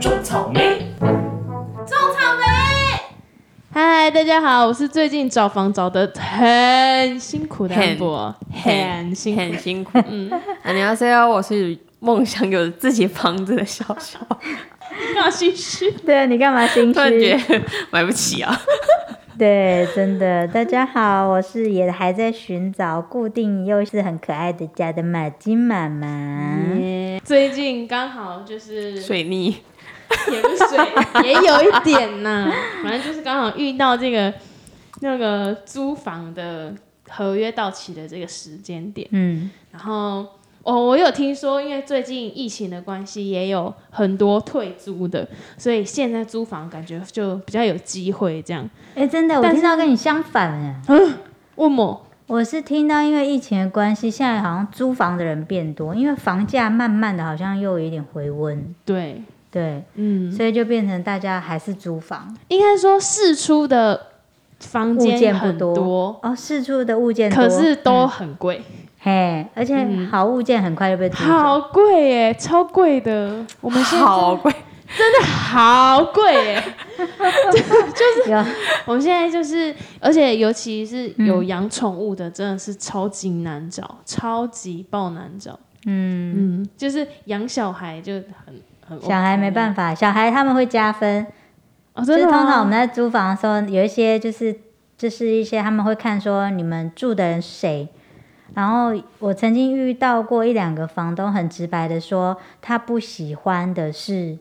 种草莓，种草莓。嗨，大家好，我是最近找房找的很辛苦的安博，很辛苦。很辛苦。嗯，안녕하세요，我是梦想有自己房子的小小，干嘛心虚？对你干嘛心突然觉虚？得买不起啊。对，真的。大家好，我是也还在寻找固定又是很可爱的家的马金妈妈。最近刚好就是水逆，也不是水，也有一点呐、 反正就是刚好遇到这个那个租房的合约到期的这个时间点。嗯，然后我、我有听说，因为最近疫情的关系，也有很多退租的，所以现在租房感觉就比较有机会这样。哎、真的，我但是听到跟你相反哎，问某我是听到因为疫情的关系，现在好像租房的人变多，因为房价慢慢的好像又有一点回温，对，对，嗯，所以就变成大家还是租房，应该说试出的房物件间不很多，哦，四处的物件多，嗯可是都很贵，嘿，而且嗯好物件很快就被租走。好贵耶，超贵的。我们现在好贵，真的好贵耶！有 我们现在就是，而且尤其是嗯有养宠物的，真的是超级难找，超级爆难找。嗯，嗯，就是养小孩就很很小孩没办法法，小孩他们会加分，哦，就真是的通吗常我们在租房的时候，有一些就是就是一些他们会看说你们住的人是谁。然后我曾经遇到过一两个房东很直白的说，他不喜欢的是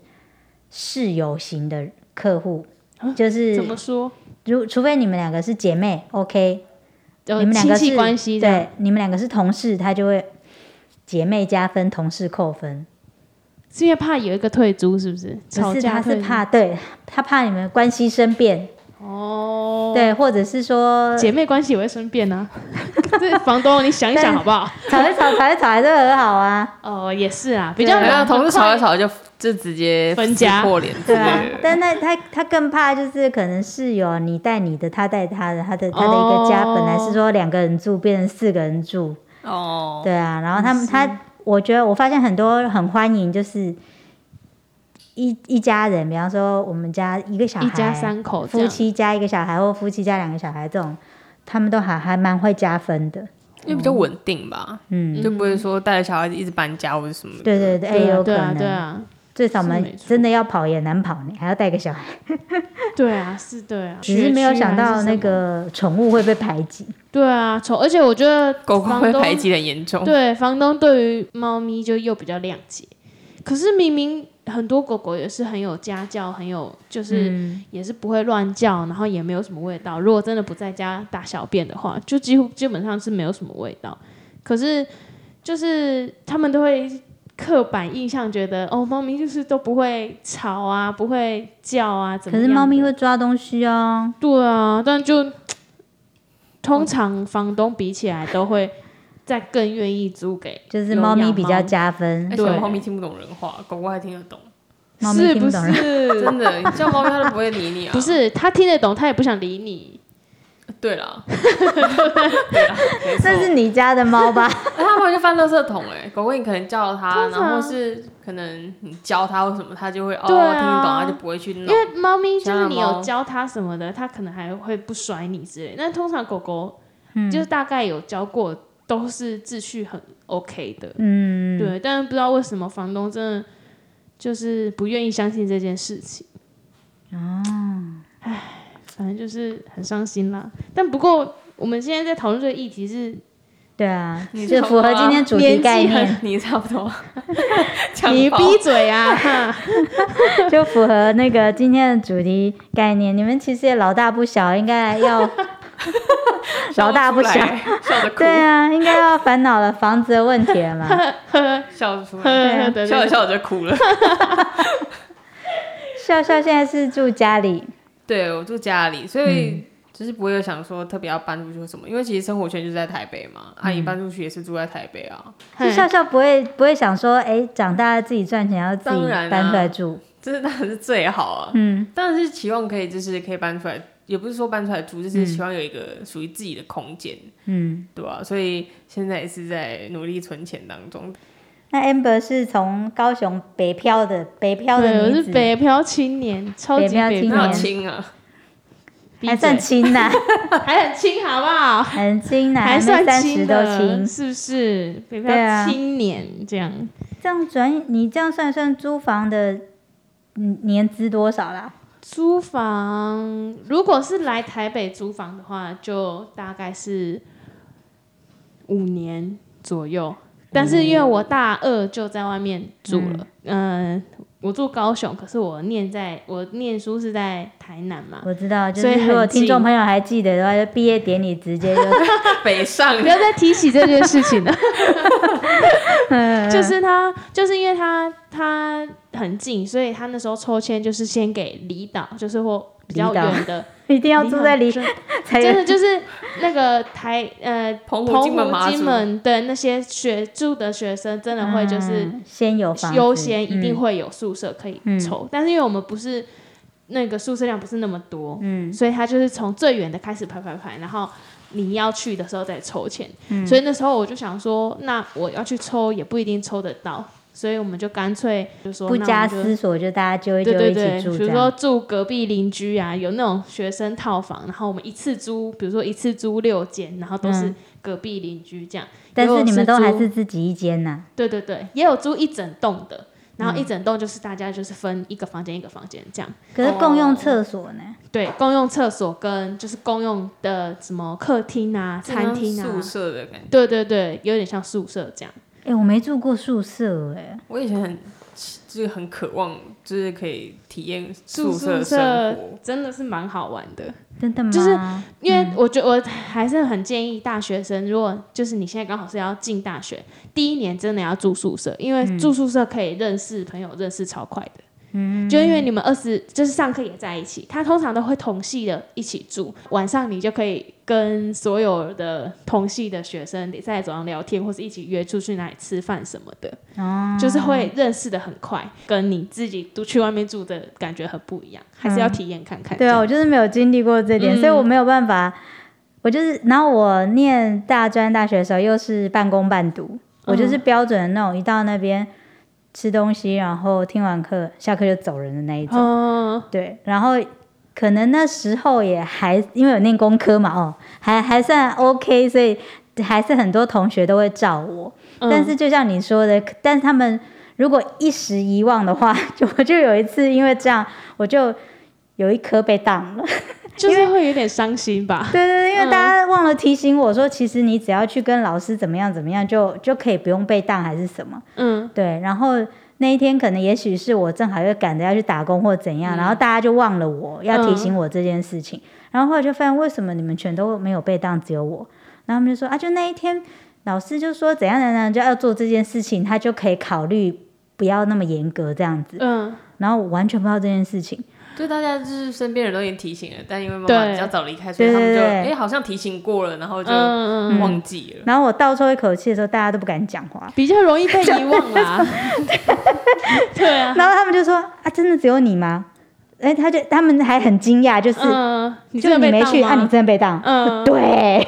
室友型的客户，就是啊怎么说？如除非你们两个是姐妹，OK，呃你们两亲个戚是关系这样对，你们两个是同事，他就会姐妹加分，同事扣分。是因为怕有一个退租，是不是？不吵是，架他是退租怕对他怕你们关系生变，哦，对，或者是说姐妹关系也会生变啊。 这房东，你想一但想是好不好？吵一吵，吵一吵还是和好啊，哦，也是啊，比较没有难同事吵一吵就就直接分家撕破脸之对啊类。的。但那他他更怕就是可能室友你带你的，他带他的，他的他的一个家哦本来是说两个人住变成四个人住，哦，对啊，然后他们他我觉得我发现很多很欢迎就是。一一家人，比方说我们家一个小孩，一家三口这夫样。妻加一个小孩，或夫妻加两个小孩这种，他们都还还蛮会加分的。因为比较稳定吧，嗯，就不会说带着小孩子一直搬家或者什么的。对对对，哎、对啊有可对啊，能。对啊，最少我是们没错真的要跑也难跑呢，还要带个小孩。 对啊，是对啊。只是没有想学区还到是什那么，个宠物会被排挤。对啊，宠，而且我觉得狗狗房会东排挤的很严重。对，房东对于猫咪就又比较谅解。可是明明很多狗狗也是很有家教，很有就是嗯，也是不会乱叫，然后也没有什么味道。如果真的不在家大小便的话，就几乎基本上是没有什么味道。可是就是他们都会刻板印象，觉得哦，猫咪就是都不会吵啊，不会叫啊，怎么可样是的？猫咪会抓东西哦。对啊，但就通常房东比起来都会再更愿意租给，就是猫咪比较。加而分，且对哎猫咪听不懂人话，狗狗还听得懂。猫咪是听不不懂人是？ 真的，你叫猫咪它都不会理你啊。不，是，他听得懂，他也不想理你。对啦，对啦，没错那是你家的猫吧？哎它们就翻垃圾桶哎、狗狗你可能叫它，通常然后是可能你教它或什么，它就会哦、对啊听得懂，它就不会去弄。因为猫咪就是家的你有猫教它什么的，它可能还会不甩你之类。但通常狗狗嗯就是大概有教过，都是秩序很 OK 的。嗯，对，但是不知道为什么房东真的就是不愿意相信这件事情。哦，唉，反正就是很伤心啦。但不过我们现在在讨论这个议题是，对啊，你就说啊符合吧今天主题概念，你差不 多，抢你包闭嘴啊！ 哈就符合那个今天的主题概念。你们其实也老大不小，应该要老大不小笑出，来 笑着哭 对，啊，应该要烦恼了房子的问题了嘛。笑着 出来，呵呵对笑着对笑着就哭了。笑笑现在是住家里， 对我住家里，所嗯以就是不会有想说特别要搬出去或什么，因为其实生活圈就是在台北嘛，阿嗯姨搬出去也是住在台北啊，就对，笑笑不会不会想说，哎，长大了自己赚钱要自己当然啊搬出来住， 这是当然是最好啊。嗯，当然是期望可以，就是可以搬出来也不是说搬出来住，就是希望有一个属于自己的空间，嗯，对吧、所以现在也是在努力存钱当中。那 Amber 是从高雄北漂的北漂对，的哎我女是子，北漂青年，超级北漂北青那漂好年，轻啊，还算闭 轻呐、嘴还很轻，好不好？很轻呐、还没算三十轻都的轻。啊是不是？北对啊漂青年这样，这样转你这样算一算租房的嗯年资多少啦？租房如果是来台北租房的话，就大概是五年左右。但是因为我大二就在外面住了，嗯、我住高雄，可是我念在我念书是在台南嘛，我知道，就所以是很如果听众近朋友还记得的话，就毕业典礼直接就北上 不要再提起这件事 情了。嗯就是他，就是因为他他很近，所以他那时候抽签就是先给离岛，就是或比较离岛远 的，一定要住在离真才真有的就是那个台呃澎湖、澎金门、马湖、祖金门的那些学住的学生，真的会就是嗯先有房子优先一定嗯会有宿舍可以抽，但是因为我们不是那个宿舍量不是那么多，嗯所以他就是从最远的开始排排排，然后你要去的时候再抽签。嗯所以那时候我就想说，那我要去抽也不一定抽得到，所以我们就干脆就说不加。那我们就思索就大家就对就对一起对，住比这如说样。住隔壁邻居啊，有那种学生套房，然后我们一次租，比如说一次租六间，然后都是嗯隔壁邻居这样。但也是有你们都租还是自己一间呐、对对对，也有租一整栋的，然后一整栋就是大家就是分一个房间一个房间这样，可是共哦用厕所呢？对，公用厕所跟就是公用的什么客厅啊、餐厅啊宿，舍的感觉。对对对，有点像宿舍这样。哎、我没住过宿舍哎、我以前很就是很渴望，就是可以体验宿住舍宿生舍活。真的是蛮好玩的，真的吗？就是因嗯为我觉得我还是很建议大学生，如果就是你现在刚好是要进大学，第一年真的要住宿舍，因为嗯住宿舍可以认识朋友，认识超快的。嗯，就因为你们二十就是上课也在一起，他通常都会同系的一起住，晚上你就可以跟所有的同系的学生在走廊聊天，或是一起约出去哪里吃饭什么的，哦，就是会认识的很快，跟你自己都去外面住的感觉很不一样，还是要体验看看。对啊，我就是没有经历过这点，所以我没有办法。我就是，然后我念大专大学的时候又是半工半读，我就是标准的那种一到那边吃东西，然后听完课下课就走人的那一种。嗯，对，然后可能那时候也还因为有念工科嘛，哦，还还算 OK，所以还是很多同学都会照我。嗯但是就像你说的，但是他们如果一时遗忘的话， 就我就有一次因为这样，我就有一科被当了。 就是会有点伤心吧。对对对，因为大家忘了提醒我说，其实你只要去跟老师怎么样怎么样就，就可以不用被当还是什么。嗯，对，然后那一天可能也许是我正好又赶着要去打工或怎样，然嗯后大家就忘了我要提醒我这件事情，然后后来就发现为什么你们全都没有被当，只有我，然后他们就说啊，就那一天老师就说怎样怎样就要做这件事情，他就可以考虑不要那么严格这样子，嗯，然后我完全不知道这件事情，就大家就是身边人都已经提醒了，但因为妈妈对比较早离开，所以他们就对对哎、对好像提醒过了，然后就嗯忘记了。然后我倒抽一口气的时候，大家都不敢讲话。比较容易被遗忘 啦。对啊，然后他们就说：“啊，真的只有你吗？”哎，他就他们还很惊讶，就是、嗯，你就是真的你被没去，啊，当你吗？真的被当。嗯，对，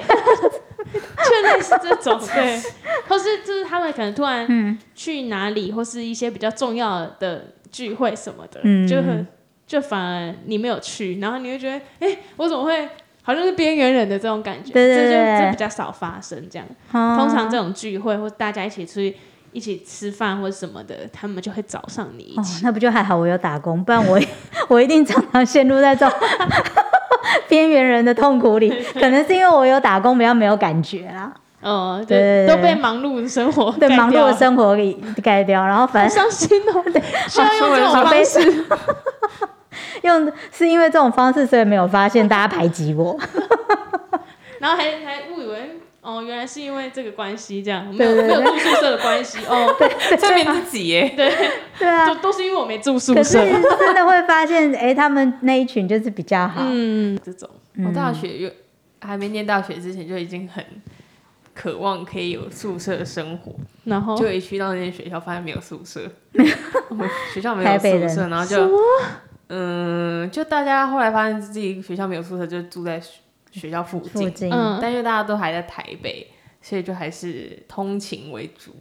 就类似这种，对，或是就是他们可能突然嗯，去哪里，或是一些比较重要的聚会什么的，嗯就很就反而你没有去，然后你会觉得，哎，我怎么会好像是边缘人的这种感觉？对对对这就对这比较少发生这样。哦通常这种聚会或大家一起出去一起吃饭或什么的，他们就会找上你一哦起。，那不就还好，我有打工，不然 我我一定常常陷入在这种 边缘人的痛苦 里。可能是因为我有打工，比较没有感觉啦，哦、对，对对都被忙碌的生活对盖忙碌掉的了生活给盖掉，然后好反正伤心哦，需要用这种好方悲式，用是因为这种方式，所以没有发现大家排挤 我。然后还还误以为哦，原来是因为这个关系这样，没对有对没对有住宿舍的关系 哦，证明自己 耶，对啊，就都是因为我没住宿可是舍，真的会发现，哎、他们那一群就是比较好。嗯，这种我大学又还没念大学之前就已经很渴望可以有宿舍生活，然哦后就 一去到那间学校，发现没有宿舍，我们学校没台有北人宿舍，然后就嗯，就大家后来发现自己学校没有宿舍，就住在学学校附附近。近，嗯，但因为大家都还在台北，所以就还是通勤为主，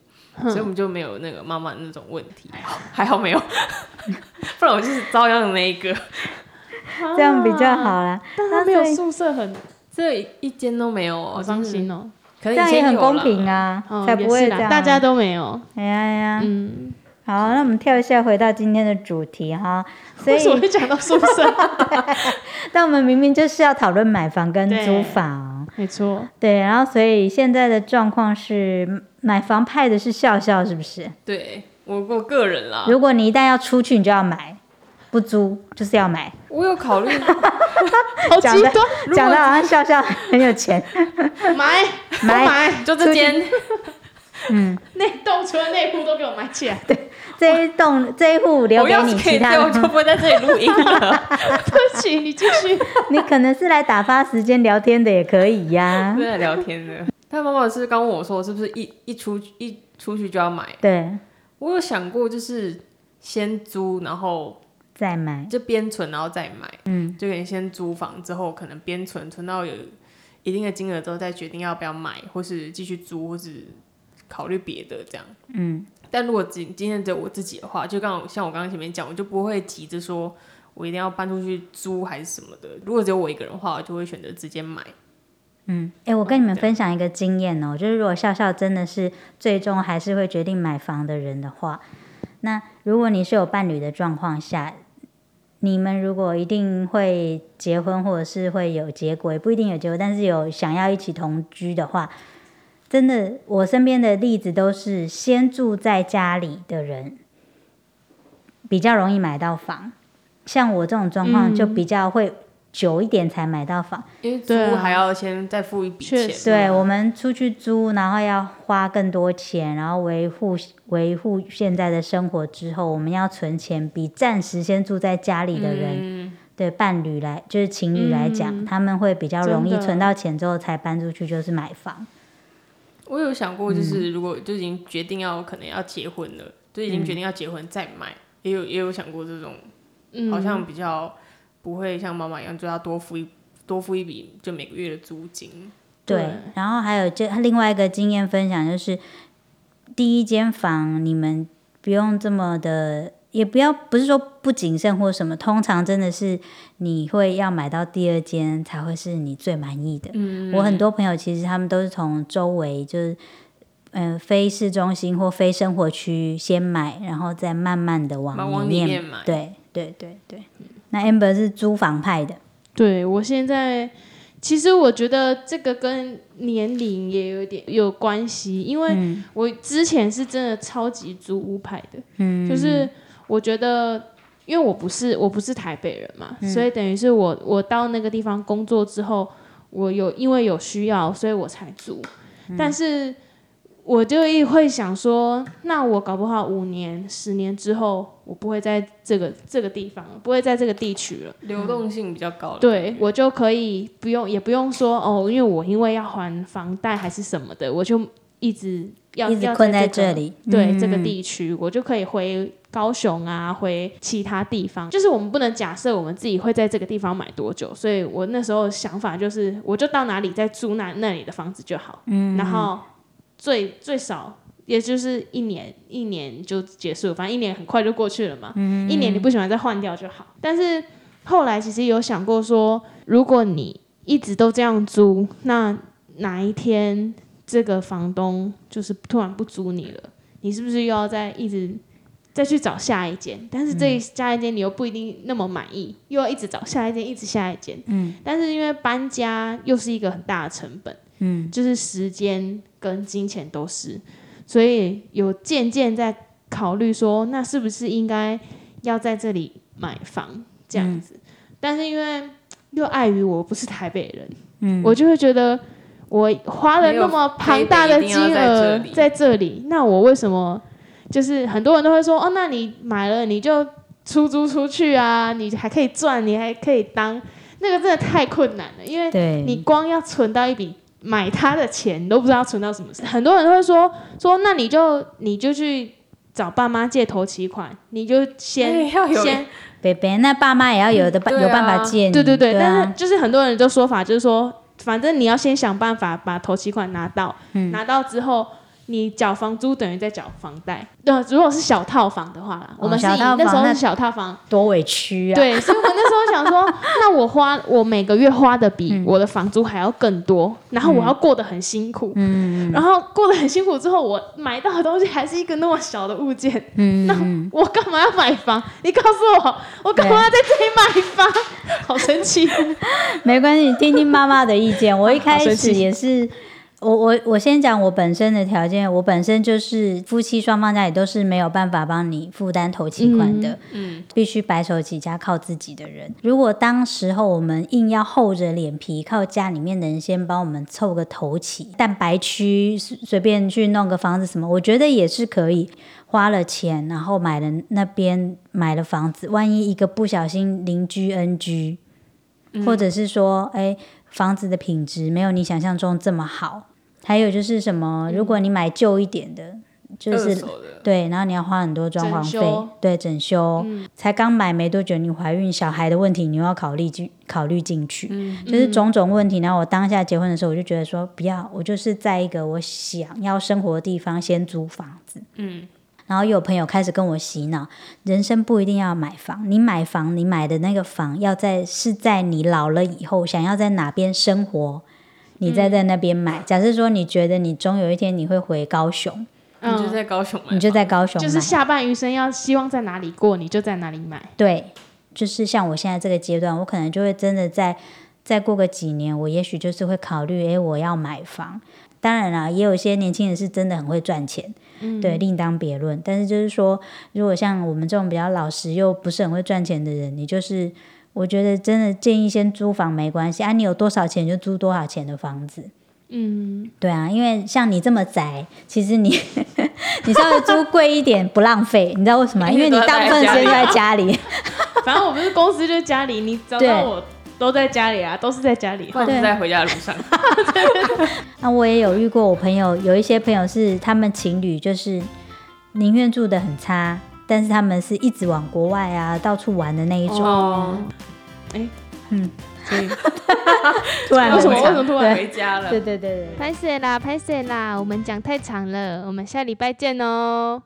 所以我们就没有那个妈妈那种问题。还好，还好没有， 不然我就是遭殃的那一个。这样比较好啦。但他没有宿舍很，这一间都没有哦，就好是伤心哦。可能这以样也前很有公啦平啊，嗯才不也会是这啦样啊。大家都没有。哎呀哎呀，嗯，好，那我们跳一下，回到今天的主题哈。所为什么以，会讲到宿舍？但我们明明就是要讨论买房跟对租房， 没错，对。然后，所以现在的状况是，买房派的是笑笑，是不是？对我我个人啦，如果你一旦要出去，你就要买，不租就是要买。我有考 虑，好极讲的端，讲的好像笑笑很有 钱，买买买，就这间嗯，内洞除了内裤都给我买起来。这一栋这一户留我给要你，是可其以这他样， 我就的不会在这里录音 了。对不起，你继续。你可能是来打发时间聊天的也可以呀、正在聊天的，他妈妈是刚问我说，我是不是一一出去一出去就要买？对，我有想过，就是先租，然后再买，就边存，然后再买。嗯，就可以先租房，之后可能边存，存到有一定的金额之后，再决定要不要买，或是继续租，或是考虑别的这样。嗯，但如果今今天只有我自己的话，就刚好像我刚刚前面讲，我就不会急着说我一定要搬出去租还是什么的。如果只有我一个人的话，我就会选择直接买。嗯，哎、我跟你们分享一个经验哦，就是如果笑笑真的是最终还是会决定买房的人的话，那如果你是有伴侣的状况下，你们如果一定会结婚，或者是会有结果，也不一定有结果，但是有想要一起同居的话，真的，我身边的例子都是先住在家里的人比较容易买到房，像我这种状况嗯就比较会久一点才买到房。因为租对啊还要先再付一笔确钱，实对，啊我们出去租，然后要花更多钱，然后维护维护现在的生活之后，我们要存钱，比暂时先住在家里的人，嗯，对伴侣来，就是情侣来讲，嗯他们会比较容易真的存到钱之后才搬出去，就是买房。我有想过，就是如果就已经决定要可能要结婚了，就已经决定要结婚再买，也有也有想过这种嗯，好像比较不会像妈妈一样，就要多付一多付一笔，就每个月的租金。对对，然后还有这另外一个经验分享就是，第一间房你们不用这么的，也不要不是说不谨慎或什么，通常真的是你会要买到第二间才会是你最满意的。嗯我很多朋友其实他们都是从周围就是。嗯、非市中心或非生活区先买，然后再慢慢的往往往里里面买对对对对，那 Amber 是租房派的，对我现在，其实我觉得这个跟年龄也有点有关系，因为嗯我之前是真的超级租屋派的，嗯，就是我觉得，因为我不是我不是台北人嘛，嗯所以等于是我我到那个地方工作之后，我有因为有需要，所以我才租，嗯但是。我就一会想说，那我搞不好五年、十年之后，我不会在这个这个地方了，不会在这个地区了。流动性比较高。，对我就可以不用，也不用说哦，因为我因为要还房贷还是什么的，我就一直要一直要困在在这这个里， 对、这嗯个地区，我就可以回高雄啊，回其他地方。就是我们不能假设我们自己会在这个地方买多久，所以我那时候想法就是，我就到哪里再租那那里的房子就好，嗯，然后最最少。也就是一年，一年就结束，反正一年很快就过去了嘛。嗯、一年你不喜欢再换掉就好。但是后来其实有想过说，如果你一直都这样租，那哪一天这个房东就是突然不租你了，你是不是又要再一直再去找下一间？但是这一下一间你又不一定那么满意，又要一直找下一间，一直下一间。嗯，但是因为搬家又是一个很大的成本，嗯，就是时间跟金钱都是，所以有渐渐在考虑说，那是不是应该要在这里买房这样子？但是因为又碍于我不是台北人，嗯，我就会觉得我花了那么庞大的金没有非得一定要在额这里在这里，那我为什么就是很多人都会说，哦，那你买了你就出租出去啊，你还可以赚，你还可以当那个真的太困难了，因为对，你光要存到一笔买它的钱，你都不知道存到什么时候。很多人都会说说，那你就你就去找爸妈借头期款，你就先、哎要有先北北，那爸妈也要有的办、对啊有办法借你，嗯对对对，但是啊，就是很多人的说法就是说，反正你要先想办法把头期款拿到，嗯拿到之后。你缴房租等于在缴房贷，对，如果是小套房的话啦，我们是以哦小套房那时候那是小套房，多委屈啊，，对，所以我那时候想 说，那我花我每个月花的嗯比我的房租还要更多，然后我要过得很辛苦，嗯然后过得很辛苦之后，我买到的东西还是一个那么小的物件，嗯，那我干嘛要买房？你告诉我，我干嘛要在这里买房？ 好生气！ 没关系，你听听妈妈的意 见。我一开好生始气也是，我我我先讲我本身的条件，我本身就是夫妻双方家里都是没有办法帮你负担头期款的，嗯，必须白手起家靠自己的人。如果当时候我们硬要厚着脸皮靠家里面的人先帮我们凑个头期，但白区随随便去弄个房子什么，我觉得也是可以。花了钱，然后买了那边买了房子，万一一个不小心邻居 NG，或嗯者是说，哎，房子的品质没有你想象中这么好。还有就是什么，如果嗯你买旧一点的，就二是手的，对，然后你要花很多装潢整修嗯费，对，整修，才刚买没多久，你怀孕小孩的问题，你又要考虑进考虑进去，就是嗯种种问题。然后我当下结婚的时候，我就觉得说，不要，我就是在一个我想要生活的地方先租房子。嗯，然后又有朋友开始跟我洗脑，人生不一定要买房，你买房，你买的那个房要在是在你老了以后想要在哪边生活，你嗯再在那边买。假设说你觉得你终有一天你会回高雄，你就嗯，在高雄买，你就在高雄买，就是下半余生要希望在哪里过，你就在哪里买。对，就是像我现在这个阶段，我可能就会真的在再过个几年，我也许就是会考虑，诶，我要买房。当然啦，也有一些年轻人是真的很会赚钱，对，另当别论。但是就是说，如果像我们这种比较老实又不是很会赚钱的人，你就是我觉得真的建议先租房没关系啊，你有多少钱就租多少钱的房子。嗯，对啊，因为像你这么宅，其实你 你稍微租贵一点不浪费，你知道为什么吗？因为因为都你在大部分时间都在家里。反正我不是公司就是家里，你找对到我都在家里啊，都是在家里不。然就在回家的路上。那我也有遇过，我朋友有一些朋友是他们情侣，就是宁愿住的很差，但是他们是一直往国外啊到处玩的那一种。哦，突然为什么为冷场什么突然对回家了？对对对对。拍谁啦，拍谁啦！我们讲太长了，我们下礼拜见哦。